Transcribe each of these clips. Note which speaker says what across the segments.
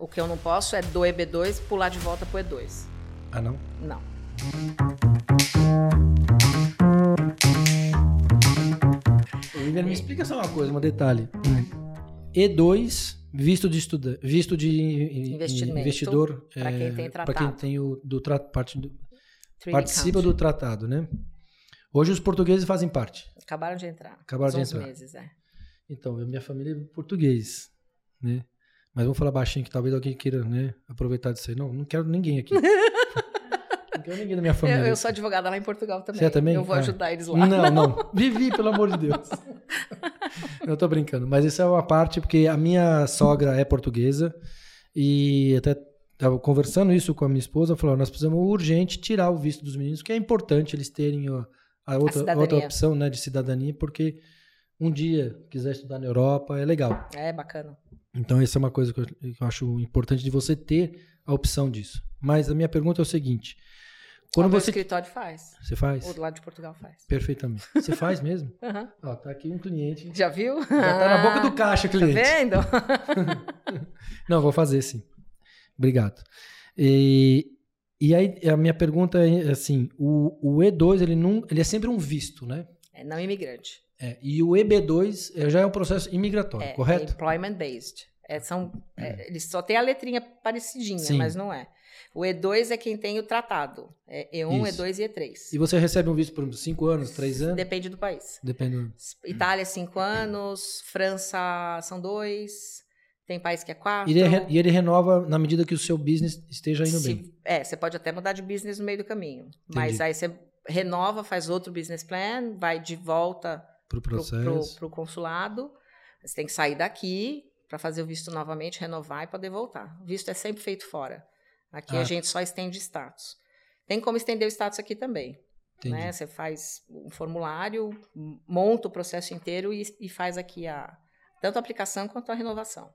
Speaker 1: O que eu não posso é do EB2 pular de volta pro E2.
Speaker 2: Ah, não?
Speaker 1: Não.
Speaker 2: Ô, Guilherme, me explica só uma coisa, um detalhe. E2, É. visto de estuda, visto de
Speaker 1: Investimento,
Speaker 2: investidor, eh,
Speaker 1: pra quem tem
Speaker 2: pra
Speaker 1: tratado.
Speaker 2: quem tem o do tra- parte do-
Speaker 1: Treaty
Speaker 2: participa
Speaker 1: Country.
Speaker 2: do tratado, né? Hoje os portugueses fazem parte.
Speaker 1: Acabaram de entrar.
Speaker 2: Acabaram de
Speaker 1: Faz uns
Speaker 2: entrar.
Speaker 1: meses, é.
Speaker 2: Então, eu, minha família é português, né? Mas vamos falar baixinho que talvez alguém queira, né, aproveitar disso aí. Não, não quero ninguém aqui. não quero ninguém da minha família.
Speaker 1: Eu, eu sou advogada lá em Portugal também.
Speaker 2: Você também?
Speaker 1: Eu vou
Speaker 2: Ah.
Speaker 1: ajudar eles lá.
Speaker 2: Não, não. Vivi, pelo amor de Deus. Eu tô brincando. Mas isso é uma parte, porque a minha sogra é portuguesa e até tava conversando isso com a minha esposa, falou, nós precisamos urgente tirar o visto dos meninos, que é importante eles terem a, a outra,
Speaker 1: cidadania.
Speaker 2: outra opção né, de cidadania, porque um dia quiser estudar na Europa, é legal.
Speaker 1: É bacana.
Speaker 2: Então, essa é uma coisa que eu, que eu acho importante de você ter a opção disso. Mas a minha pergunta é o seguinte, quando
Speaker 1: o meu
Speaker 2: você...
Speaker 1: escritório faz.
Speaker 2: Você faz?
Speaker 1: O do lado de Portugal faz.
Speaker 2: Perfeitamente. Você faz mesmo?
Speaker 1: Aham.
Speaker 2: Ó, tá aqui um cliente.
Speaker 1: Já viu?
Speaker 2: Já tá na boca do caixa,
Speaker 1: Tá
Speaker 2: cliente.
Speaker 1: vendo?
Speaker 2: Não, vou fazer sim. Obrigado. E, e aí, a minha pergunta é assim: o, o E2 ele, não, ele é sempre um visto, né?
Speaker 1: É não imigrante.
Speaker 2: É, e o EB2 é, já é um processo imigratório,
Speaker 1: É,
Speaker 2: correto?
Speaker 1: Employment based. É, são, é, Eles só tem a letrinha parecidinha,
Speaker 2: Sim.
Speaker 1: mas não é. O E2 é quem tem o tratado. É E1,
Speaker 2: Isso.
Speaker 1: E2 e E3.
Speaker 2: E você recebe um visto por 5 anos, 3 anos?
Speaker 1: Depende do país.
Speaker 2: Dependendo.
Speaker 1: Itália, cinco anos. França, são dois. Tem país que é quatro.
Speaker 2: E ele, re- e ele renova na medida que o seu business esteja indo
Speaker 1: Se-
Speaker 2: bem.
Speaker 1: É, você pode até mudar de business no meio do caminho. Mas
Speaker 2: Entendi.
Speaker 1: aí você renova, faz outro business plan, vai de volta
Speaker 2: Pro
Speaker 1: pro,
Speaker 2: processo.
Speaker 1: pro, pro consulado. Você tem que sair daqui para fazer o visto novamente, renovar e poder voltar. O visto é sempre feito fora. Aqui
Speaker 2: Ah.
Speaker 1: a gente só estende status. Tem como estender o status aqui também.
Speaker 2: Entendi.
Speaker 1: Né? Você faz um formulário, m- monta o processo inteiro e, e faz aqui a tanto a aplicação quanto a renovação.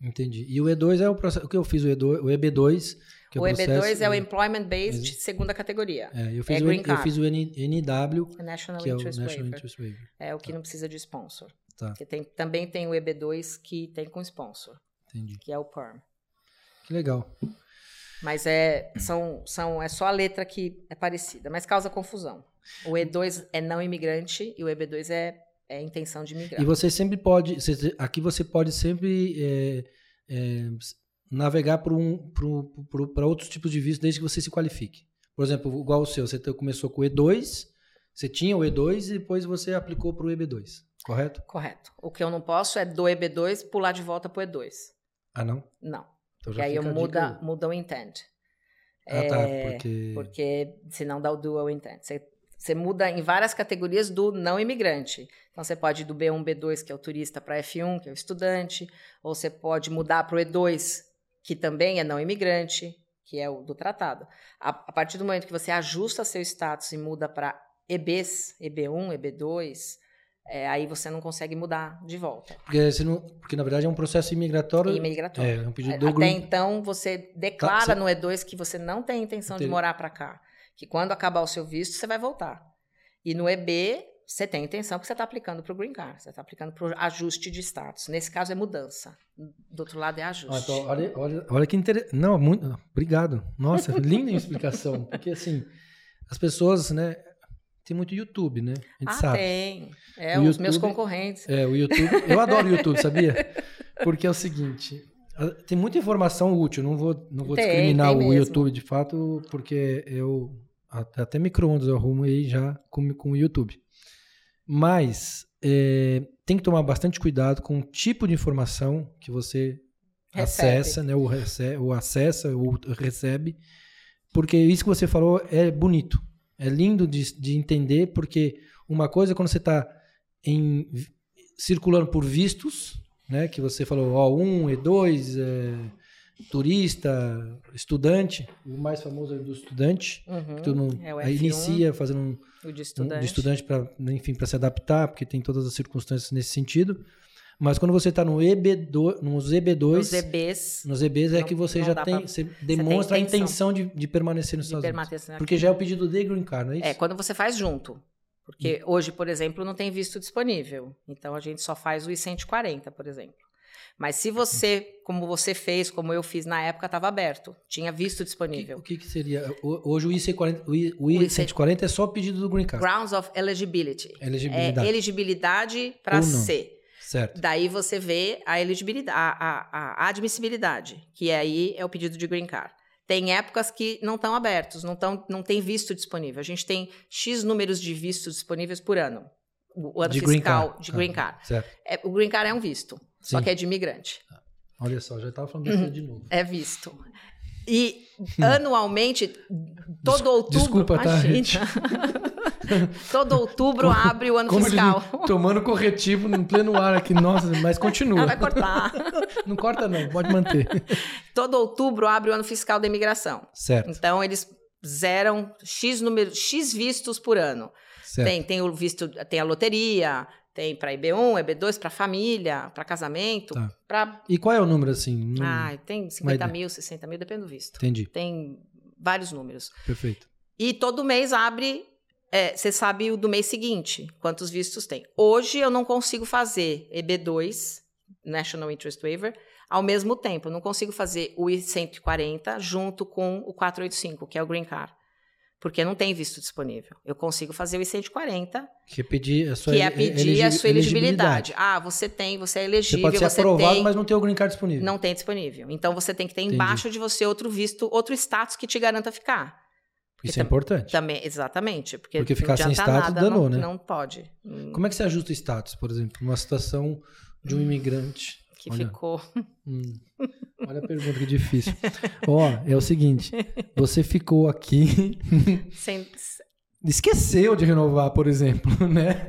Speaker 2: Entendi. E o E2 é o processo. O que eu fiz? O, E2, o EB2. Que
Speaker 1: o
Speaker 2: é o
Speaker 1: EB2
Speaker 2: processo-
Speaker 1: é o Employment Based,
Speaker 2: Existe.
Speaker 1: segunda categoria.
Speaker 2: É, eu fiz,
Speaker 1: é
Speaker 2: o,
Speaker 1: green
Speaker 2: N- eu
Speaker 1: card.
Speaker 2: fiz o N- NW,
Speaker 1: National
Speaker 2: que é o
Speaker 1: Interest
Speaker 2: National
Speaker 1: Waiver.
Speaker 2: Interest Waiver.
Speaker 1: É o que não precisa de sponsor.
Speaker 2: Tá.
Speaker 1: Porque tem- também tem o EB2 que tem com sponsor,
Speaker 2: Entendi.
Speaker 1: que é o PERM.
Speaker 2: Que legal.
Speaker 1: Mas é, são, são, é só a letra que é parecida, mas causa confusão. O E2 é não imigrante e o EB2 é, é intenção de imigrar.
Speaker 2: E você sempre pode, você- aqui você pode sempre é, é, s- navegar para um, para outros tipos de visto desde que você se qualifique. Por exemplo, igual o seu, você te- começou com o E2, você tinha o E2 e depois você aplicou para o EB2, correto?
Speaker 1: Correto. O que eu não posso é do EB2 pular de volta pro E2.
Speaker 2: Ah, não?
Speaker 1: Não.
Speaker 2: Então
Speaker 1: E aí eu
Speaker 2: fica a
Speaker 1: muda,
Speaker 2: dica
Speaker 1: muda o intent.
Speaker 2: aí. Ah, tá,
Speaker 1: É,
Speaker 2: porque...
Speaker 1: Porque senão dá o dual intent. Você, você muda em várias categorias do não imigrante. Então você pode ir do B1, B2, que é o turista, para F1, que é o estudante, ou você pode mudar para o E2, que também é não imigrante, que é o do tratado. A, a partir do momento que você ajusta seu status e muda para EBs, EB1, EB2, é, aí você não consegue mudar de volta.
Speaker 2: Porque, você não, porque na verdade é um processo imigratório.
Speaker 1: E migratório.
Speaker 2: É, é um pedido do
Speaker 1: Até
Speaker 2: green.
Speaker 1: então, você declara
Speaker 2: Tá, cê-
Speaker 1: no E2 que você não tem intenção de
Speaker 2: Entendi.
Speaker 1: morar para cá. Que quando acabar o seu visto, você vai voltar. E no EB, você tem intenção porque você está aplicando para o Green Card. Você está aplicando para o ajuste de status. Nesse caso, é mudança. Do outro lado, é
Speaker 2: Ah,
Speaker 1: ajuste.
Speaker 2: então, olha, olha, olha que interessante. Não, muito. Obrigado. Nossa, linda a explicação. Porque assim, as pessoas, né? Tem muito YouTube, né? A gente
Speaker 1: ah,
Speaker 2: sabe.
Speaker 1: tem. É,
Speaker 2: O
Speaker 1: os
Speaker 2: YouTube-
Speaker 1: meus concorrentes.
Speaker 2: É, o YouTube. Eu adoro o YouTube, sabia? Porque é o seguinte. a- Tem muita informação útil, não vou, não vou
Speaker 1: Tem,
Speaker 2: discriminar
Speaker 1: tem
Speaker 2: o
Speaker 1: mesmo.
Speaker 2: YouTube de fato, porque eu até, até micro-ondas eu arrumo aí já com, com o YouTube. Mas é, tem que tomar bastante cuidado com o tipo de informação que você
Speaker 1: Recebe.
Speaker 2: acessa, né? Ou, rece- ou acessa, ou recebe. Porque isso que você falou é bonito. É lindo de, de entender, porque uma coisa é quando você está circulando por vistos, né? Que você falou O1, E2, é, turista, estudante. O mais famoso é o do estudante.
Speaker 1: Uhum,
Speaker 2: Que todo mundo
Speaker 1: é o
Speaker 2: aí
Speaker 1: F1,
Speaker 2: inicia fazendo um,
Speaker 1: o de
Speaker 2: um-
Speaker 1: estudante.
Speaker 2: de estudante para enfim para se adaptar porque tem todas as circunstâncias nesse sentido mas quando você está no EB2 nos EB2
Speaker 1: Os EBs
Speaker 2: nos EBs é
Speaker 1: Não-
Speaker 2: que você
Speaker 1: não
Speaker 2: já
Speaker 1: dá
Speaker 2: tem
Speaker 1: pra-
Speaker 2: você demonstra a
Speaker 1: intenção.
Speaker 2: intenção de, de permanecer nos
Speaker 1: de
Speaker 2: Estados Unidos
Speaker 1: permanência.
Speaker 2: porque já é o pedido de green card não é isso Hum.
Speaker 1: É, quando você faz junto. Porque hoje, por exemplo, não tem visto disponível. Então a gente só faz o I-140, por exemplo. Mas se você, como você fez, como eu fiz na época, estava aberto, tinha visto disponível.
Speaker 2: O que, que seria? O- Hoje o IC40, o I- o I-140 é só pedido do Green Card.
Speaker 1: Grounds of eligibility.
Speaker 2: Elegibilidade.
Speaker 1: É elegibilidade para
Speaker 2: Ou não.
Speaker 1: ser.
Speaker 2: Certo.
Speaker 1: Daí você vê a elegibilidade, a, a- a admissibilidade, que aí é o pedido de green card. Tem épocas que não estão abertos, não, tão, não tem visto disponível. A gente tem X números de vistos disponíveis por ano. O o ano
Speaker 2: De green
Speaker 1: fiscal
Speaker 2: card.
Speaker 1: de green
Speaker 2: Ah,
Speaker 1: card.
Speaker 2: Certo.
Speaker 1: É, o green card é um visto, só
Speaker 2: Sim.
Speaker 1: que é de imigrante.
Speaker 2: Olha só, já estava falando besteira de novo.
Speaker 1: É visto. E anualmente, todo outubro.
Speaker 2: desculpa, tá,
Speaker 1: Imagina.
Speaker 2: gente?
Speaker 1: todo outubro abre o ano
Speaker 2: Como
Speaker 1: fiscal.
Speaker 2: ele- tomando corretivo no pleno ar aqui. Nossa, mas continua.
Speaker 1: Ela Ah, vai cortar.
Speaker 2: Não corta não, pode manter.
Speaker 1: Todo outubro abre o ano fiscal da imigração.
Speaker 2: Certo,
Speaker 1: Então eles zeram X número, X vistos por ano.
Speaker 2: certo.
Speaker 1: Tem, tem o visto, tem a loteria, tem para IB1, IB2, para família, para casamento,
Speaker 2: Tá.
Speaker 1: para
Speaker 2: E qual é o número assim? Não-
Speaker 1: ai, tem 50
Speaker 2: ideia.
Speaker 1: mil, 60 mil, depende do visto.
Speaker 2: Entendi,
Speaker 1: Tem vários números.
Speaker 2: perfeito.
Speaker 1: E todo mês abre, é, você sabe o do mês seguinte, quantos vistos tem. Hoje eu não consigo fazer EB2, National Interest Waiver, ao mesmo tempo. Eu não consigo fazer o I-140 junto com o 485, que é o Green Card. Porque não tem visto disponível. Eu consigo fazer o I-140,
Speaker 2: Que é pedir a sua
Speaker 1: que é
Speaker 2: ele-
Speaker 1: pedir a
Speaker 2: elegi-
Speaker 1: sua elegibilidade. Ah, você tem, você é
Speaker 2: Você
Speaker 1: elegível,
Speaker 2: pode
Speaker 1: você,
Speaker 2: ser aprovado,
Speaker 1: tem.
Speaker 2: mas não tem o green card disponível.
Speaker 1: Não tem disponível. Então você tem que ter
Speaker 2: Entendi.
Speaker 1: embaixo de você outro visto, outro status que te garanta ficar. porque
Speaker 2: Isso é
Speaker 1: tam-
Speaker 2: importante.
Speaker 1: Também, exatamente. Porque,
Speaker 2: Porque
Speaker 1: não
Speaker 2: ficar sem
Speaker 1: adianta
Speaker 2: status
Speaker 1: nada,
Speaker 2: danou,
Speaker 1: não,
Speaker 2: né?
Speaker 1: Não pode. Hum,
Speaker 2: Como é que você ajusta o status, por exemplo, numa situação de um imigrante?
Speaker 1: Que
Speaker 2: Olha.
Speaker 1: ficou.
Speaker 2: Hum. Olha a pergunta que difícil. Ó, é o seguinte, você ficou aqui,
Speaker 1: Sem...
Speaker 2: esqueceu de renovar, por exemplo, né?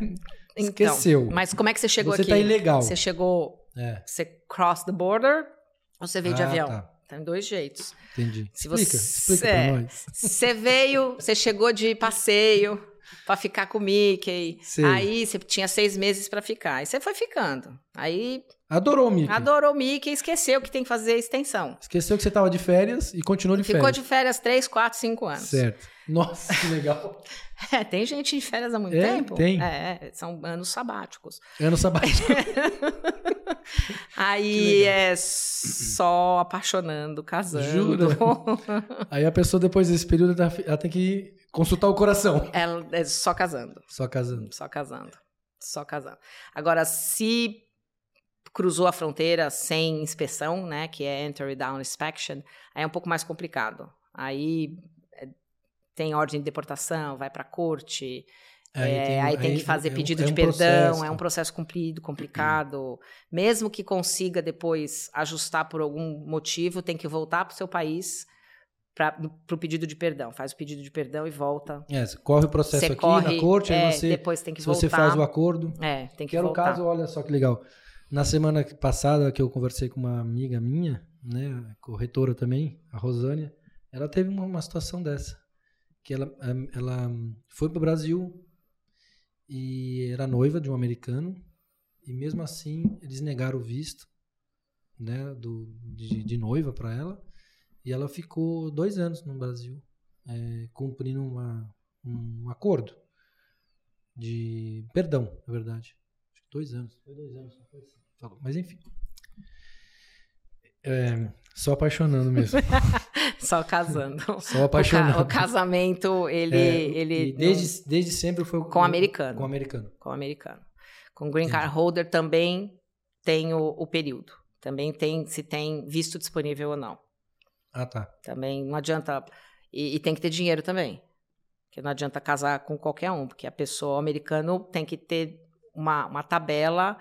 Speaker 1: Então,
Speaker 2: Esqueceu.
Speaker 1: Mas como é que você chegou
Speaker 2: você
Speaker 1: aqui?
Speaker 2: tá ilegal.
Speaker 1: Você chegou.
Speaker 2: É.
Speaker 1: Você cross the border ou você veio de
Speaker 2: Ah,
Speaker 1: avião?
Speaker 2: tá.
Speaker 1: Tem dois jeitos.
Speaker 2: Entendi.
Speaker 1: Se
Speaker 2: explica,
Speaker 1: você-
Speaker 2: explica
Speaker 1: é.
Speaker 2: pra nós.
Speaker 1: Você veio, você chegou de passeio pra ficar com o Mickey.
Speaker 2: Sei.
Speaker 1: Aí você tinha seis meses pra ficar. Aí você foi ficando. Aí
Speaker 2: Adorou, Mickey.
Speaker 1: adorou o Mickey e esqueceu que tem que fazer a extensão.
Speaker 2: Esqueceu que você tava de férias e continuou de
Speaker 1: Ficou
Speaker 2: férias.
Speaker 1: de férias três, quatro, cinco anos.
Speaker 2: Certo. Nossa, que legal.
Speaker 1: É, tem gente de férias há muito
Speaker 2: É,
Speaker 1: tempo.
Speaker 2: tem.
Speaker 1: É, é, são anos sabáticos.
Speaker 2: Ano sabático. Que
Speaker 1: Aí
Speaker 2: legal.
Speaker 1: é só apaixonando, casando.
Speaker 2: Jura? Aí a pessoa, depois desse período, ela tá ela tem que consultar o coração.
Speaker 1: Ela é só casando.
Speaker 2: Só casando.
Speaker 1: Só casando. Só casando. Agora, se cruzou a fronteira sem inspeção, né, que é entry down inspection, aí é um pouco mais complicado. Aí é, tem ordem de deportação, vai para corte, É, aí, tem, que fazer
Speaker 2: é um-
Speaker 1: pedido
Speaker 2: é
Speaker 1: de
Speaker 2: um
Speaker 1: perdão,
Speaker 2: processo. Uhum.
Speaker 1: é um processo comprido, complicado. Mesmo que consiga depois ajustar por algum motivo, tem que voltar para o seu país para o pedido de perdão. Faz o pedido de perdão e volta.
Speaker 2: É, você corre o processo
Speaker 1: Você
Speaker 2: aqui
Speaker 1: corre,
Speaker 2: na corte,
Speaker 1: é,
Speaker 2: aí você,
Speaker 1: depois tem que
Speaker 2: se
Speaker 1: voltar.
Speaker 2: você faz o acordo.
Speaker 1: É, tem que
Speaker 2: Que era o
Speaker 1: voltar.
Speaker 2: caso, olha só que legal. Na semana passada que eu conversei com uma amiga minha, né, corretora também, a Rosânia, ela teve uma, uma situação dessa. Que ela, eh, ela foi para o Brasil e era noiva de um americano e mesmo assim eles negaram o visto né, do, de, de noiva para ela e ela ficou dois anos no Brasil eh, cumprindo uma, um acordo de perdão, na verdade. Acho que dois anos. Foi dois anos. não foi assim. Falou. Mas enfim. É, só apaixonando mesmo.
Speaker 1: Só casando.
Speaker 2: Só
Speaker 1: O, ca-
Speaker 2: apaixonando.
Speaker 1: o casamento, ele.
Speaker 2: É,
Speaker 1: ele
Speaker 2: e desde, desde sempre foi
Speaker 1: Com americano.
Speaker 2: Com americano.
Speaker 1: com o americano. Com o green card holder também tem o, o período. Também tem se tem visto disponível ou não.
Speaker 2: Ah, tá.
Speaker 1: Também não adianta. E, e tem que ter dinheiro também. Porque não adianta casar com qualquer um, porque a pessoa o americano tem que ter uma, uma tabela,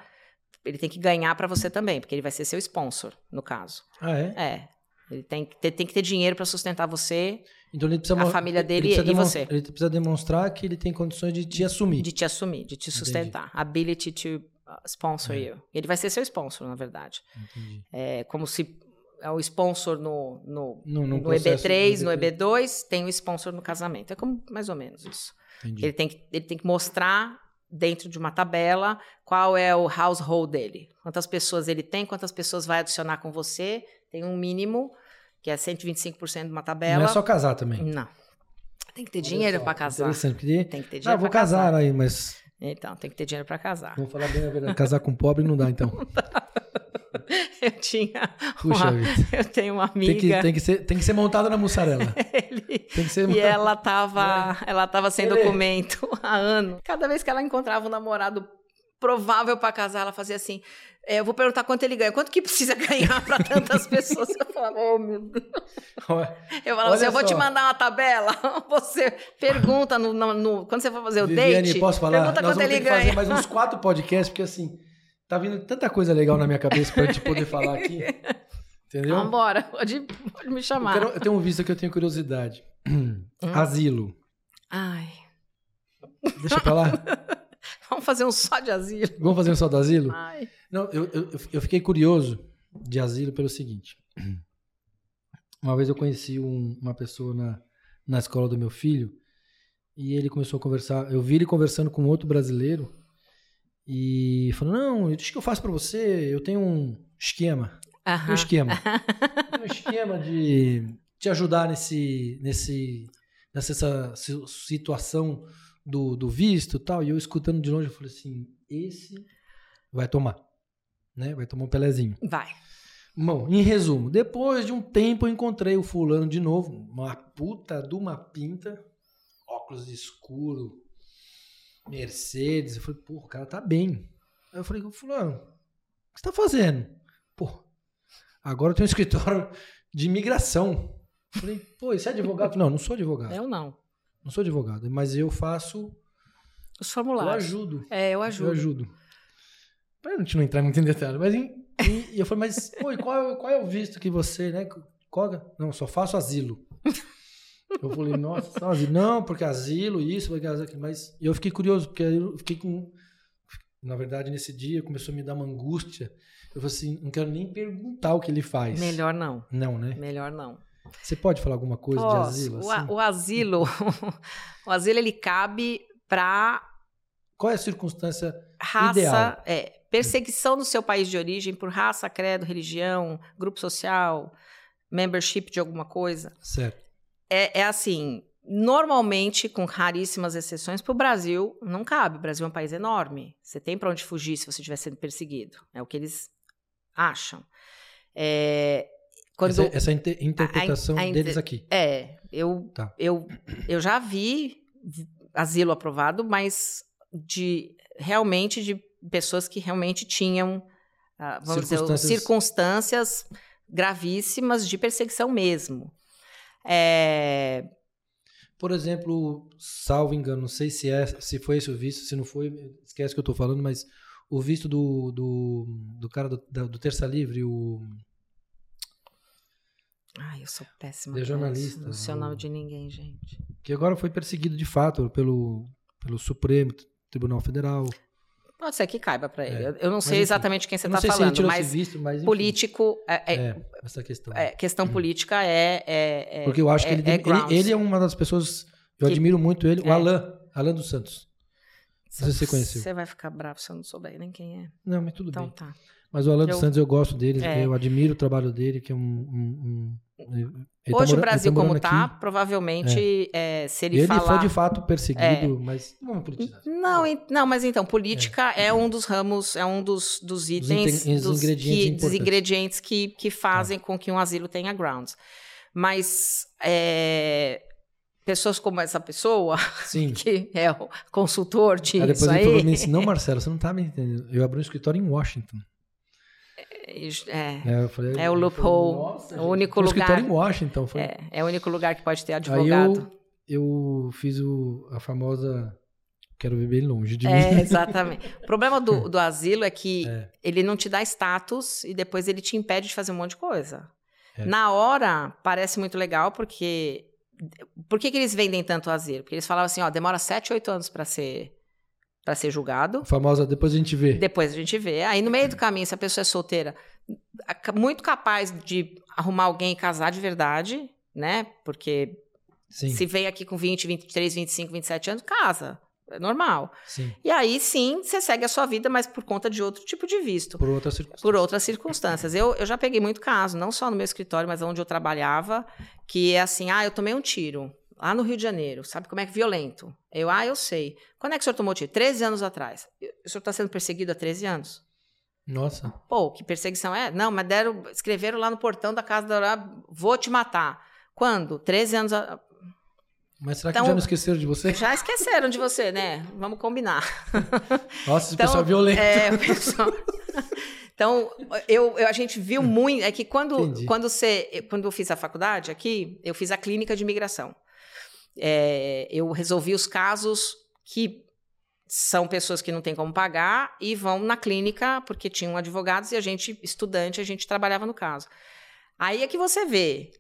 Speaker 1: ele tem que ganhar para você também, porque ele vai ser seu sponsor, no caso.
Speaker 2: Ah, é?
Speaker 1: É. Ele tem que ter, tem que ter dinheiro para sustentar você,
Speaker 2: Então ele precisa
Speaker 1: A
Speaker 2: mo-
Speaker 1: família
Speaker 2: ele
Speaker 1: dele
Speaker 2: precisa
Speaker 1: e
Speaker 2: demon-
Speaker 1: você.
Speaker 2: Ele precisa demonstrar que ele tem condições de te assumir.
Speaker 1: de te assumir, de te
Speaker 2: Entendi.
Speaker 1: sustentar. Ability to uh, sponsor
Speaker 2: É.
Speaker 1: you. Ele vai ser seu sponsor, na verdade.
Speaker 2: Entendi.
Speaker 1: É como se é o sponsor no, no,
Speaker 2: No,
Speaker 1: no EB3, no EB2, tem o sponsor no casamento. É como mais ou menos isso. Ele
Speaker 2: Entendi.
Speaker 1: tem que, ele tem que mostrar dentro de uma tabela qual é o household dele. Quantas pessoas ele tem, quantas pessoas vai adicionar com você. Tem um mínimo, que é 125% de uma tabela.
Speaker 2: Não é só casar também.
Speaker 1: Não. Tem que ter
Speaker 2: Olha
Speaker 1: dinheiro
Speaker 2: só,
Speaker 1: para casar.
Speaker 2: Interessante. Porque...
Speaker 1: Tem que ter dinheiro
Speaker 2: Ah, vou
Speaker 1: pra casar.
Speaker 2: casar né? aí, mas
Speaker 1: Então, tem que ter dinheiro para casar.
Speaker 2: vamos falar bem a verdade. Casar com pobre não dá, então.
Speaker 1: Eu tinha.
Speaker 2: Puxa
Speaker 1: uma-
Speaker 2: vida.
Speaker 1: eu tenho uma amiga.
Speaker 2: Tem que, tem, que ser, tem que ser montada na mussarela.
Speaker 1: Ele-
Speaker 2: Tem que ser
Speaker 1: E ela tava, ela tava sem
Speaker 2: Ele-
Speaker 1: documento há ano. Né? Cada vez que ela encontrava um namorado provável pra casar, ela fazia assim: "É, eu vou perguntar quanto ele ganha, quanto que precisa ganhar pra tantas pessoas. Eu falava, oh meu Deus. Eu falava
Speaker 2: Olha
Speaker 1: assim: eu vou
Speaker 2: só.
Speaker 1: te mandar uma tabela. Você pergunta no, no- no- quando você for fazer o
Speaker 2: Viviane,
Speaker 1: date,
Speaker 2: posso falar?
Speaker 1: pergunta
Speaker 2: Nós
Speaker 1: quanto é
Speaker 2: vamos ter
Speaker 1: ele
Speaker 2: que fazer
Speaker 1: ganha.
Speaker 2: mais uns quatro podcasts, porque assim, tá vindo tanta coisa legal na minha cabeça pra gente poder falar aqui. Entendeu?
Speaker 1: Vambora, pode, pode me
Speaker 2: Eu,
Speaker 1: chamar.
Speaker 2: quero- eu tenho um visto que eu tenho curiosidade.
Speaker 1: Hum.
Speaker 2: Asilo.
Speaker 1: Ai,
Speaker 2: Deixa pra lá.
Speaker 1: vamos fazer um só de asilo.
Speaker 2: Vamos fazer um só do asilo?
Speaker 1: Ai.
Speaker 2: Não, eu, eu, eu fiquei curioso de asilo pelo seguinte. Uma vez eu conheci um- uma pessoa na, na escola do meu filho e ele começou a conversar. Eu vi ele conversando com outro brasileiro e falou: Não, deixa que eu faço pra você. Eu tenho um esquema.
Speaker 1: Aham.
Speaker 2: Um esquema. um esquema de te ajudar nesse, nesse, nessa essa si- situação do, do visto e tal. E eu escutando de longe, eu falei assim: esse vai tomar. Né? Vai tomar um pelezinho.
Speaker 1: Vai.
Speaker 2: Bom, em resumo, depois de um tempo eu encontrei o fulano de novo, uma puta de uma pinta, óculos escuro, Mercedes. Eu falei, pô, o cara tá bem. Aí eu falei, fulano, o que você tá fazendo? Pô, agora eu tenho um escritório de imigração. Eu falei, pô, e você é advogado? não, não sou advogado.
Speaker 1: Eu não.
Speaker 2: Não sou advogado, mas eu faço,
Speaker 1: Os
Speaker 2: eu
Speaker 1: formulários.
Speaker 2: ajudo.
Speaker 1: É, eu ajudo.
Speaker 2: Eu ajudo. Pra gente não entrar muito em detalhe, mas em- em- e eu falei, mas pô, e qual, é o- qual é o visto que você, né? Qual, é? não, só faço asilo. Eu falei, nossa, só asilo. Não, porque asilo, isso, porque asilo, aquilo. mas e eu fiquei curioso, porque aí eu fiquei com. Na verdade, nesse dia começou a me dar uma angústia. Eu falei assim, não quero nem perguntar o que ele faz.
Speaker 1: Melhor não.
Speaker 2: Não, né?
Speaker 1: Melhor não.
Speaker 2: Você pode falar alguma coisa de
Speaker 1: Posso.
Speaker 2: asilo?
Speaker 1: o, a-
Speaker 2: assim?
Speaker 1: o asilo, o asilo ele cabe para
Speaker 2: Qual é a circunstância? Ideal.
Speaker 1: raça, é, perseguição no seu país de origem por raça, credo, religião, grupo social, membership de alguma coisa.
Speaker 2: Certo.
Speaker 1: É, é assim, normalmente, com raríssimas exceções, para o Brasil não cabe. O Brasil é um país enorme. Você tem para onde fugir se você estiver sendo perseguido. É o que eles acham. É, quando
Speaker 2: Essa, essa inter- interpretação
Speaker 1: a inter-
Speaker 2: deles aqui.
Speaker 1: É, eu,
Speaker 2: Tá.
Speaker 1: eu, eu já vi vi- asilo aprovado, mas de realmente de pessoas que realmente tinham, ah, vamos dizer,
Speaker 2: Circunstâncias-
Speaker 1: circunstâncias gravíssimas de perseguição mesmo. É,
Speaker 2: Por exemplo, salvo engano, não sei se, é, se foi esse o visto, se não foi, esquece que eu tô falando, mas o visto do, do, do cara do, da- do Terça Livre, o.
Speaker 1: Ai, eu sou péssima.
Speaker 2: Ele é
Speaker 1: pra isso.
Speaker 2: jornalista,
Speaker 1: Não sei o
Speaker 2: o-
Speaker 1: nome de ninguém, gente.
Speaker 2: que agora foi perseguido de fato pelo, pelo Supremo Tribunal Federal.
Speaker 1: Pode ser que caiba para ele.
Speaker 2: É,
Speaker 1: Eu, eu não
Speaker 2: mas
Speaker 1: sei
Speaker 2: enfim.
Speaker 1: exatamente quem você
Speaker 2: Eu não
Speaker 1: está
Speaker 2: sei se ele
Speaker 1: tá falando,
Speaker 2: tirou
Speaker 1: mas
Speaker 2: esse visto, mas. Enfim,
Speaker 1: político, é- é-
Speaker 2: É, essa questão.
Speaker 1: é, questão política é, é- é-
Speaker 2: Porque eu acho
Speaker 1: é-
Speaker 2: que ele,
Speaker 1: é
Speaker 2: ele-
Speaker 1: grounds.
Speaker 2: ele é uma das pessoas. Eu
Speaker 1: Que-
Speaker 2: admiro muito ele,
Speaker 1: É.
Speaker 2: o Alain, Alain dos Santos. Você se conheceu.
Speaker 1: Você vai ficar bravo se eu não souber nem quem é.
Speaker 2: Não, mas tudo
Speaker 1: Então
Speaker 2: bem.
Speaker 1: tá.
Speaker 2: Mas o Alain
Speaker 1: eu-
Speaker 2: dos Santos eu gosto dele,
Speaker 1: É.
Speaker 2: eu admiro o trabalho dele, que é um. um- um- ele- ele
Speaker 1: Hoje
Speaker 2: tá mora- ele
Speaker 1: o Brasil,
Speaker 2: tá
Speaker 1: como
Speaker 2: morando
Speaker 1: tá,
Speaker 2: aqui.
Speaker 1: provavelmente é, se ele,
Speaker 2: Ele
Speaker 1: falar. É.
Speaker 2: foi de fato perseguido, mas não vamos politizar.
Speaker 1: Não, en- não, mas então, política é, um dos ramos, é um dos, dos itens,
Speaker 2: inten- os ingredientes
Speaker 1: que, dos
Speaker 2: importantes. É.
Speaker 1: ingredientes que, que fazem com que um asilo tenha grounds. Mas é, pessoas como essa pessoa,
Speaker 2: Sim.
Speaker 1: que é o consultor de
Speaker 2: Aí depois
Speaker 1: isso
Speaker 2: ele falou pra mim
Speaker 1: aí,
Speaker 2: assim, não, Marcelo, você não tá me entendendo. Eu abri um escritório em Washington.
Speaker 1: é,
Speaker 2: É, eu falei-
Speaker 1: É o
Speaker 2: eu
Speaker 1: loophole,
Speaker 2: falei, "Nossa,
Speaker 1: o
Speaker 2: gente,
Speaker 1: único
Speaker 2: um
Speaker 1: lugar."
Speaker 2: escritório em Washington. Eu falei,
Speaker 1: é, é o único lugar que pode ter
Speaker 2: Aí
Speaker 1: advogado.
Speaker 2: eu, eu fiz o, a famosa... Quero viver longe de
Speaker 1: É,
Speaker 2: mim.
Speaker 1: exatamente. O problema do, do asilo é que
Speaker 2: É.
Speaker 1: ele não te dá status e depois ele te impede de fazer um monte de coisa.
Speaker 2: É.
Speaker 1: Na hora, parece muito legal, porque. Por que, que eles vendem tanto asilo? Porque eles falavam assim: ó, demora 7, 8 anos para ser, pra ser julgado.
Speaker 2: A famosa, depois a gente vê.
Speaker 1: É. Depois a gente vê. Aí no meio do caminho, se a pessoa é solteira, a- muito capaz de arrumar alguém e casar de verdade, né? Porque
Speaker 2: Sim,
Speaker 1: se vem aqui com 20, 23, 25, 27 anos, casa. É normal.
Speaker 2: sim.
Speaker 1: E aí sim, você segue a sua vida, mas por conta de outro tipo de visto,
Speaker 2: Por outra circunstância.
Speaker 1: por outras circunstâncias. Eu, eu já peguei muito caso, não só no meu escritório, mas onde eu trabalhava, que é assim: ah, eu tomei um tiro lá no Rio de Janeiro, sabe como é que é violento? Eu, tá ah, eu sei. Quando é que o senhor tomou tiro? 13 anos atrás. O senhor está sendo perseguido há 13 anos?
Speaker 2: Nossa.
Speaker 1: Pô, que perseguição é? Não, mas deram, escreveram lá no portão da Casa Dourada, vou te matar. Quando? 13 anos. a-
Speaker 2: Mas será
Speaker 1: Então-
Speaker 2: que já não esqueceram de você?
Speaker 1: Já esqueceram de você, né? Vamos combinar.
Speaker 2: Nossa, esse pessoal é violento.
Speaker 1: É, o pessoal- Então, eu, eu- a gente viu muito. É que quando,
Speaker 2: Hum. Entendi.
Speaker 1: quando, você, eu- quando eu fiz a faculdade aqui, eu fiz a clínica de imigração. É, eu resolvi os casos que são pessoas que não têm como pagar e vão na clínica porque tinham advogados e a gente, estudante, a gente trabalhava no caso. Aí é que você vê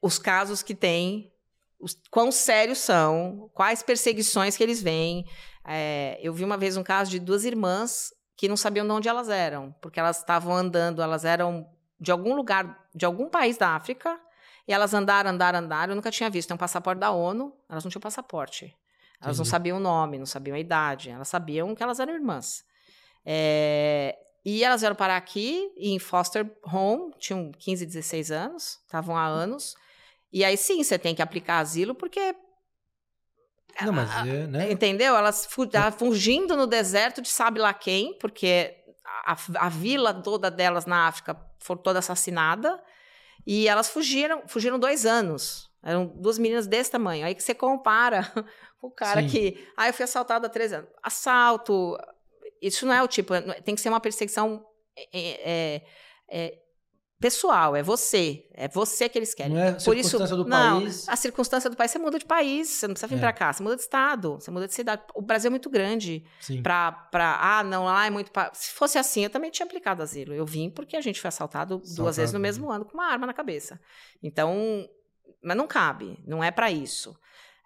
Speaker 1: os casos que tem, os, quão sérios são, quais perseguições que eles veem. É, eu vi uma vez um caso de duas irmãs que não sabiam de onde elas eram, porque elas estavam andando, elas eram de algum lugar, de algum país da África, e elas andaram, andaram, andaram. Eu nunca tinha visto. É um passaporte da ONU, elas não tinham passaporte. Elas não
Speaker 2: Entendi.
Speaker 1: sabiam o nome, não sabiam a idade, elas sabiam que elas eram irmãs. É, e elas vieram parar aqui em foster home, tinham 15, 16 anos, estavam há anos. E aí sim, você tem que aplicar asilo, porque
Speaker 2: Não, mas é, né?
Speaker 1: Entendeu? Elas fu- ah, fugindo no deserto de sabe lá quem, porque a, a vila toda delas na África foi toda assassinada. E elas fugiram, fugiram dois anos. Eram duas meninas desse tamanho. Aí que você compara com o cara
Speaker 2: Sim.
Speaker 1: que. Ah, eu fui assaltada há três anos. Assalto. Isso não é o tipo. não- Tem que ser uma perseguição é, é, é, pessoal. É você. É você que eles querem.
Speaker 2: Não é
Speaker 1: Por isso-
Speaker 2: circunstância do
Speaker 1: não,
Speaker 2: país.
Speaker 1: a circunstância do país, você muda de país, você não precisa vir
Speaker 2: É.
Speaker 1: pra cá, você muda de estado, você muda de cidade. O Brasil é muito grande
Speaker 2: Sim.
Speaker 1: pra, pra ah, não, lá é muito. pa- Se fosse assim, eu também tinha aplicado asilo. Eu vim porque a gente foi assaltado, duas
Speaker 2: Assaltado,
Speaker 1: vezes no
Speaker 2: né?
Speaker 1: mesmo ano com uma arma na cabeça. Então, mas não cabe, não é pra isso.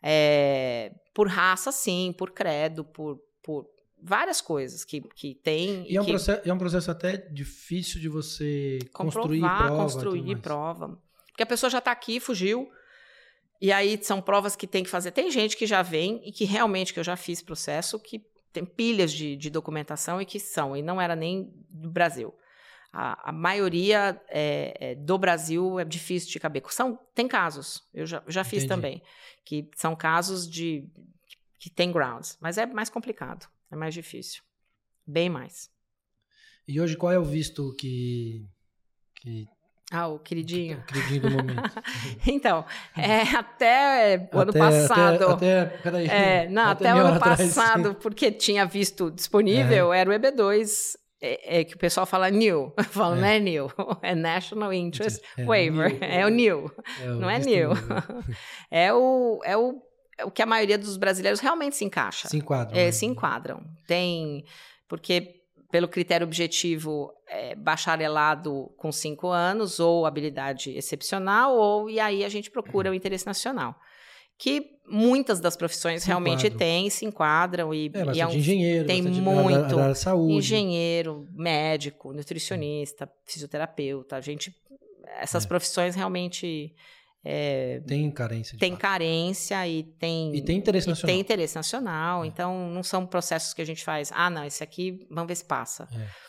Speaker 1: É, por raça, sim, por credo, por, por várias coisas que, que tem.
Speaker 2: E é um,
Speaker 1: que-
Speaker 2: processo, é um processo até difícil de você construir
Speaker 1: comprovar,
Speaker 2: prova. tudo
Speaker 1: construir
Speaker 2: mais.
Speaker 1: prova. Porque a pessoa já está aqui, fugiu. E aí são provas que tem que fazer. Tem gente que já vem e que realmente, que eu já fiz processo, que tem pilhas de, de documentação e que são, e não era nem do Brasil. A, a maioria é, é, do Brasil é difícil de caber. São, tem casos, eu já, eu já fiz
Speaker 2: Entendi.
Speaker 1: também, que são casos de que tem grounds, mas é mais complicado, é mais difícil. Bem mais.
Speaker 2: E hoje qual é o visto que. que tá
Speaker 1: Ah, o queridinho.
Speaker 2: queridinho do momento.
Speaker 1: Então, é, até é, o ano
Speaker 2: Até-
Speaker 1: passado.
Speaker 2: Até, até, peraí.
Speaker 1: é, não, até, o
Speaker 2: meia
Speaker 1: ano
Speaker 2: hora atrás.
Speaker 1: passado, porque tinha visto disponível, era o EB2, é, é que o pessoal fala new. Eu falo,
Speaker 2: É.
Speaker 1: não é new, é National Interest
Speaker 2: É,
Speaker 1: Waiver, é o new.
Speaker 2: É o
Speaker 1: não é
Speaker 2: visto
Speaker 1: new.
Speaker 2: novo.
Speaker 1: É o, é, o, é o que a maioria dos brasileiros realmente se encaixa.
Speaker 2: Se enquadra.
Speaker 1: É,
Speaker 2: né?
Speaker 1: se enquadram. Tem, porque pelo critério objetivo, é, bacharelado com cinco anos, ou habilidade excepcional, ou e aí a gente procura o interesse nacional. Que muitas das profissões
Speaker 2: Se
Speaker 1: realmente
Speaker 2: enquadram.
Speaker 1: têm, se enquadram e,
Speaker 2: É,
Speaker 1: e é um
Speaker 2: bastante engenheiro.
Speaker 1: tem
Speaker 2: bastante
Speaker 1: muito
Speaker 2: Da, da área da saúde.
Speaker 1: engenheiro, médico, nutricionista, fisioterapeuta, a gente. Essas
Speaker 2: É.
Speaker 1: profissões realmente é,
Speaker 2: Tem carência. de
Speaker 1: têm
Speaker 2: fato.
Speaker 1: carência e tem
Speaker 2: E tem interesse
Speaker 1: e
Speaker 2: nacional.
Speaker 1: tem interesse nacional,
Speaker 2: Então. É.
Speaker 1: então não são processos que a gente faz, ah, não, esse aqui, vamos ver se passa. E-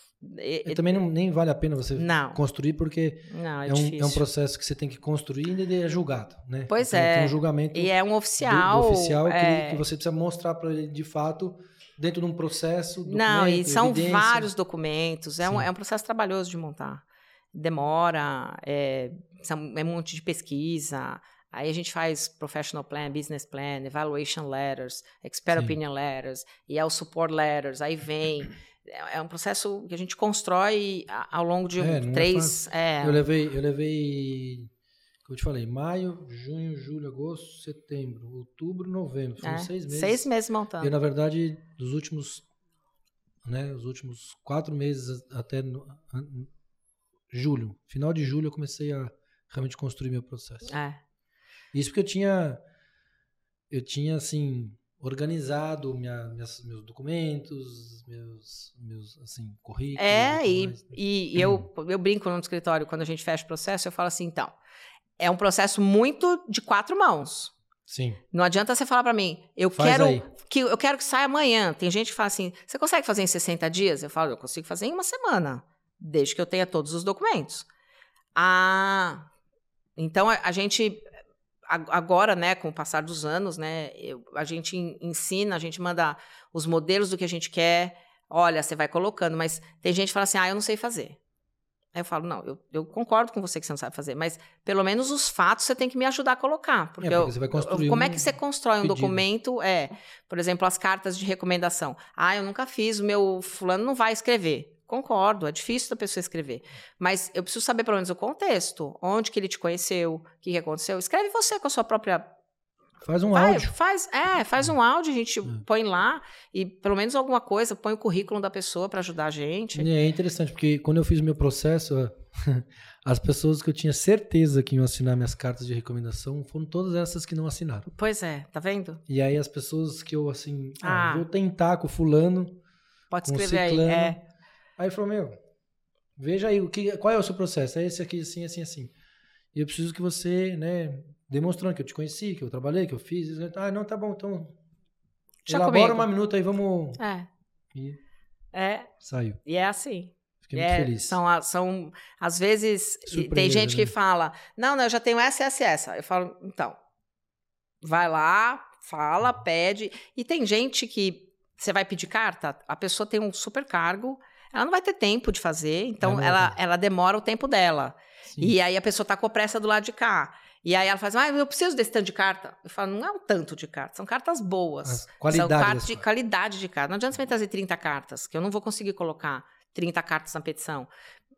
Speaker 2: E
Speaker 1: e-
Speaker 2: também não, nem vale a pena você
Speaker 1: não,
Speaker 2: construir, porque
Speaker 1: não, é,
Speaker 2: Então, é, um,
Speaker 1: difícil.
Speaker 2: é um processo que você tem que construir e ele é julgado, né?
Speaker 1: Pois
Speaker 2: Então,
Speaker 1: é.
Speaker 2: Tem um julgamento
Speaker 1: E é um oficial.
Speaker 2: do, do oficial que-
Speaker 1: é,
Speaker 2: que, você precisa mostrar para ele de fato dentro de um processo.
Speaker 1: Não, e
Speaker 2: documento,
Speaker 1: são
Speaker 2: né, evidência.
Speaker 1: vários documentos, é um,
Speaker 2: Sim.
Speaker 1: é um processo trabalhoso de montar. Demora, é, são- é um monte de pesquisa. Aí a gente faz professional plan, business plan, evaluation letters, expert
Speaker 2: Sim.
Speaker 1: opinion letters, e é o support letters, aí vem. É é um processo que a gente constrói a- ao longo de um-
Speaker 2: É, não é
Speaker 1: três. é,
Speaker 2: Eu levei, eu levei, como eu te falei, maio, junho, julho, agosto, setembro, outubro, novembro. Foram
Speaker 1: é,
Speaker 2: seis meses.
Speaker 1: montando.
Speaker 2: Eu, na verdade, dos últimos, né, os últimos quatro meses até no- an- julho, final de julho, eu comecei a realmente construir meu processo.
Speaker 1: É,
Speaker 2: Isso porque eu tinha, eu tinha assim organizado minha, minhas- meus documentos, meus, meus assim currículos.
Speaker 1: É,
Speaker 2: tudo
Speaker 1: e,
Speaker 2: mais.
Speaker 1: e, e eu,
Speaker 2: Uhum.
Speaker 1: eu brinco no escritório, quando a gente fecha o processo, eu falo assim, então, é um processo muito de quatro mãos.
Speaker 2: sim.
Speaker 1: Não adianta você falar pra mim, eu
Speaker 2: Faz
Speaker 1: quero
Speaker 2: aí. É,
Speaker 1: que eu quero que saia amanhã. Tem gente que fala assim, você consegue fazer em 60 dias? Eu falo, eu consigo fazer em uma semana, desde que eu tenha todos os documentos. Ah, então a, a gente a- agora, né, com o passar dos anos, né, eu- a gente en- ensina, a gente manda os modelos do que a gente quer, Olha, você vai colocando, mas tem gente que fala assim: ah, eu não sei fazer. Aí eu falo: não, eu, eu concordo com você que você não sabe fazer, mas pelo menos os fatos você tem que me ajudar a colocar. Porque,
Speaker 2: É, porque
Speaker 1: eu-
Speaker 2: você vai construir
Speaker 1: eu- como é
Speaker 2: um
Speaker 1: que você constrói um
Speaker 2: pedido.
Speaker 1: documento? É, por exemplo, as cartas de recomendação. Ah, eu nunca fiz, o meu fulano não vai escrever. Concordo, é difícil da pessoa escrever. Mas eu preciso saber pelo menos o contexto. Onde que ele te conheceu, o que, que aconteceu. Escreve você com a sua própria
Speaker 2: Faz um
Speaker 1: Vai,
Speaker 2: áudio.
Speaker 1: Faz, é, faz um áudio, a gente
Speaker 2: Hum.
Speaker 1: põe lá e pelo menos alguma coisa, põe o currículo da pessoa pra ajudar a gente.
Speaker 2: É interessante, porque quando eu fiz o meu processo, as pessoas que eu tinha certeza que iam assinar minhas cartas de recomendação foram todas essas que não assinaram.
Speaker 1: Pois é, tá vendo?
Speaker 2: E aí as pessoas que eu assim, ah,
Speaker 1: Ah.
Speaker 2: vou tentar com o fulano,
Speaker 1: Pode
Speaker 2: com o
Speaker 1: escrever aí.
Speaker 2: ciclano.
Speaker 1: É,
Speaker 2: Aí ele falou, meu, veja aí, o que, qual é o seu processo? É esse aqui, assim, assim, assim. E eu preciso que você, né, demonstrando que eu te conheci, que eu trabalhei, que eu fiz. isso, né? Ah, não, tá bom, então
Speaker 1: Deixa
Speaker 2: elabora
Speaker 1: comigo.
Speaker 2: uma minuta aí, vamos...
Speaker 1: é.
Speaker 2: E
Speaker 1: É,
Speaker 2: saiu.
Speaker 1: e é assim.
Speaker 2: Fiquei
Speaker 1: É,
Speaker 2: muito feliz.
Speaker 1: São, a- são, às vezes, e tem
Speaker 2: Surpresa,
Speaker 1: gente que
Speaker 2: né?
Speaker 1: fala, não, não, eu já tenho essa, essa e essa. Eu falo, então, vai lá, fala,
Speaker 2: Uhum.
Speaker 1: pede. E tem gente que você vai pedir carta, a pessoa tem um super cargo, ela não vai ter tempo de fazer, então
Speaker 2: não vai
Speaker 1: ela,
Speaker 2: ter.
Speaker 1: ela demora o tempo dela.
Speaker 2: É Sim.
Speaker 1: E aí a pessoa tá com a pressa do lado de cá. E aí ela faz, ah, eu preciso desse tanto de carta. Eu falo, não é um tanto de carta, são cartas boas.
Speaker 2: As qualidades
Speaker 1: são
Speaker 2: das
Speaker 1: cartas de
Speaker 2: cartas.
Speaker 1: qualidade de carta. Não adianta você me trazer 30 cartas, que eu não vou conseguir colocar 30 cartas na petição.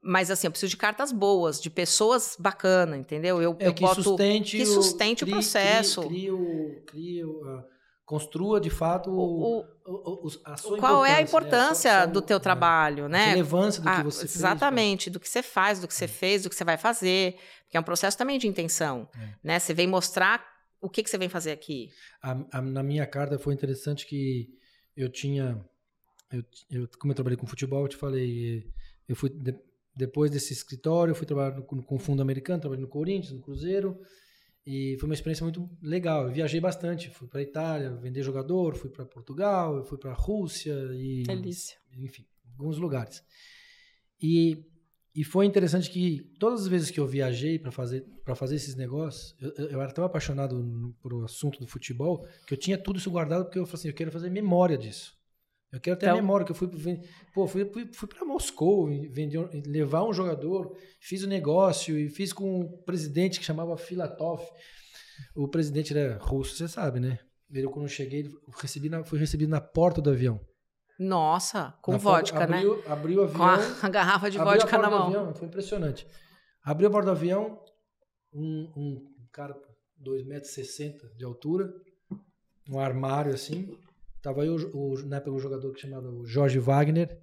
Speaker 1: Mas assim, eu preciso de cartas boas, de pessoas bacanas, entendeu? Eu,
Speaker 2: É
Speaker 1: eu
Speaker 2: que
Speaker 1: boto.
Speaker 2: sustente,
Speaker 1: que sustente o
Speaker 2: crie-
Speaker 1: processo.
Speaker 2: Crie, crie o- crie o- a- construa, de fato,
Speaker 1: o-
Speaker 2: o,
Speaker 1: o-
Speaker 2: o- o- a sua
Speaker 1: qual é a
Speaker 2: né? sua-
Speaker 1: importância
Speaker 2: sua-
Speaker 1: do
Speaker 2: é,
Speaker 1: teu trabalho,
Speaker 2: A
Speaker 1: né?
Speaker 2: relevância do
Speaker 1: Ah,
Speaker 2: que você fez, né?
Speaker 1: exatamente, do que você faz, do que você fez, do que você vai fazer. Porque é um processo também de intenção.
Speaker 2: É.
Speaker 1: Né? Você vem mostrar o que, que você vem fazer aqui.
Speaker 2: A- a- na minha carta foi interessante que eu tinha. Eu, eu- como eu trabalhei com futebol, eu te falei. eh, Eu fui de- depois desse escritório, eu fui trabalhar no, com o fundo americano, trabalhei no Corinthians, no Cruzeiro. E foi uma experiência muito legal. Eu viajei bastante. Fui para Itália vender jogador, fui para Portugal, eu fui para Rússia e
Speaker 1: Delícia.
Speaker 2: enfim, alguns lugares. E, e foi interessante que todas as vezes que eu viajei para fazer para fazer esses negócios, eu, eu- eu era tão apaixonado no- por o assunto do futebol que eu tinha tudo isso guardado porque eu falei assim, eu quero fazer memória disso. Eu quero ter a
Speaker 1: Então-
Speaker 2: memória que eu fui pro ven- pô, fui, fui, fui para Moscou, e vendi um- e levar um jogador, fiz o negócio e fiz com um presidente que chamava Filatov. O presidente era russo, você sabe, né? Ele, quando eu cheguei, ele- eu recebi na, fui recebido na porta do avião.
Speaker 1: Nossa, com
Speaker 2: Na porta-
Speaker 1: vodka, né?
Speaker 2: abriu, Abriu o avião.
Speaker 1: Com a, a garrafa de
Speaker 2: abriu a
Speaker 1: vodka na
Speaker 2: porta do
Speaker 1: mão.
Speaker 2: avião, foi impressionante. Abriu a porta do avião, um, um cara 2,60m de altura, um armário assim. Tava aí o, o, na época o jogador que chamava o Jorge Wagner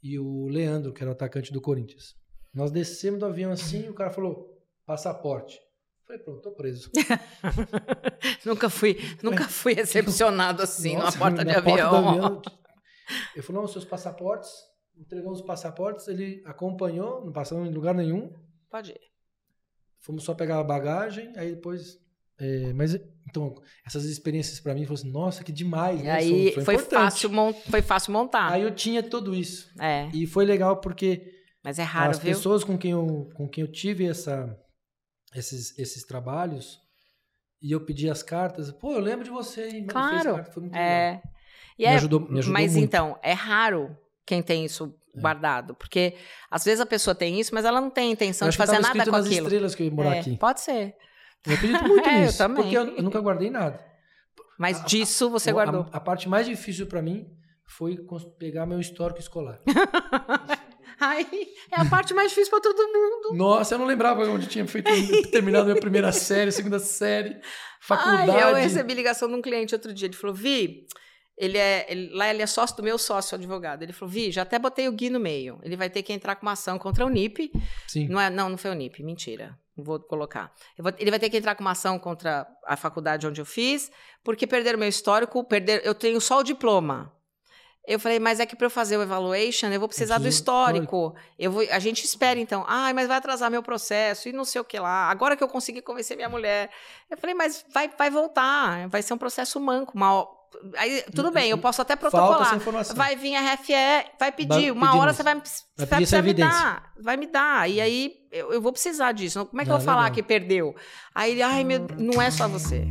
Speaker 2: e o Leandro, que era o atacante do Corinthians. Nós descemos do avião assim e o cara falou: passaporte. Eu Falei, pronto, tô preso.
Speaker 1: Nunca fui, nunca fui recepcionado assim
Speaker 2: Nossa,
Speaker 1: numa porta de
Speaker 2: na
Speaker 1: avião.
Speaker 2: do avião. Eu falei, não, seus passaportes. Entregamos os passaportes, ele acompanhou, não passamos em lugar nenhum.
Speaker 1: Pode ir.
Speaker 2: Fomos só pegar a bagagem, aí depois... é, mas, então, essas experiências pra mim, eu falei assim, nossa, que demais.
Speaker 1: E
Speaker 2: né?
Speaker 1: aí
Speaker 2: São- são
Speaker 1: foi,
Speaker 2: importantes.
Speaker 1: fácil, mon- foi fácil montar.
Speaker 2: Aí eu tinha tudo isso.
Speaker 1: É,
Speaker 2: E foi legal porque
Speaker 1: mas é raro,
Speaker 2: as
Speaker 1: viu?
Speaker 2: pessoas com quem eu, com quem eu tive essa, esses, esses trabalhos... E eu pedi as cartas. Pô, eu lembro de você. E
Speaker 1: Claro,
Speaker 2: fez carta, foi muito legal.
Speaker 1: É. E
Speaker 2: me
Speaker 1: é-
Speaker 2: ajudou, me ajudou
Speaker 1: mas
Speaker 2: muito.
Speaker 1: então, é raro quem tem isso
Speaker 2: É.
Speaker 1: guardado, porque às vezes a pessoa tem isso, mas ela não tem intenção
Speaker 2: Eu
Speaker 1: de
Speaker 2: acho que
Speaker 1: fazer
Speaker 2: tava
Speaker 1: nada
Speaker 2: escrito
Speaker 1: com
Speaker 2: nas
Speaker 1: aquilo.
Speaker 2: estrelas que eu ia morar
Speaker 1: É,
Speaker 2: aqui.
Speaker 1: Pode ser.
Speaker 2: Eu acredito muito
Speaker 1: É, eu
Speaker 2: nisso.
Speaker 1: também.
Speaker 2: Porque eu, eu nunca guardei nada.
Speaker 1: Mas
Speaker 2: A- a-
Speaker 1: disso você
Speaker 2: Ah, O-
Speaker 1: guardou.
Speaker 2: A, a parte mais difícil pra mim foi cons- pegar meu histórico escolar.
Speaker 1: Ai, é a parte mais difícil pra todo mundo.
Speaker 2: Nossa, eu não lembrava onde tinha feito, terminado minha primeira série, segunda série, faculdade.
Speaker 1: Ai, eu recebi ligação de um cliente outro dia. Ele falou, Vi, ele é, ele- lá ele é sócio do meu sócio advogado. Ele falou, Vi, já até botei o Gui no meio. Ele vai ter que entrar com uma ação contra a Unip.
Speaker 2: Sim.
Speaker 1: Não, é, não, não foi a Unip, mentira. Não Vou colocar. Eu vou- ele vai ter que entrar com uma ação contra a faculdade onde eu fiz, porque perderam meu histórico, perder, eu tenho só o diploma. Eu falei, mas é que para eu fazer o evaluation, eu vou precisar do
Speaker 2: preciso-
Speaker 1: histórico. Eu vou, a gente espera então. Ai, mas vai atrasar meu processo e não sei o que lá. Agora que eu consegui convencer minha mulher. Eu falei, mas vai, vai voltar, vai ser um processo manco, mal. Aí, tudo bem, eu posso até
Speaker 2: Falta assim,
Speaker 1: protocolar.
Speaker 2: essa informação.
Speaker 1: é Vai vir a RFE, vai
Speaker 2: Vai
Speaker 1: pedir. Uma hora
Speaker 2: pedir mesmo.
Speaker 1: você vai, me-
Speaker 2: Vai
Speaker 1: vai,
Speaker 2: pedir essa
Speaker 1: precisar me
Speaker 2: evidência.
Speaker 1: dar. Vai me dar. E aí eu, eu vou precisar disso. Como é que
Speaker 2: Não,
Speaker 1: eu vou falar
Speaker 2: Ah, legal.
Speaker 1: que perdeu? Aí ele, ai, meu, não é só você.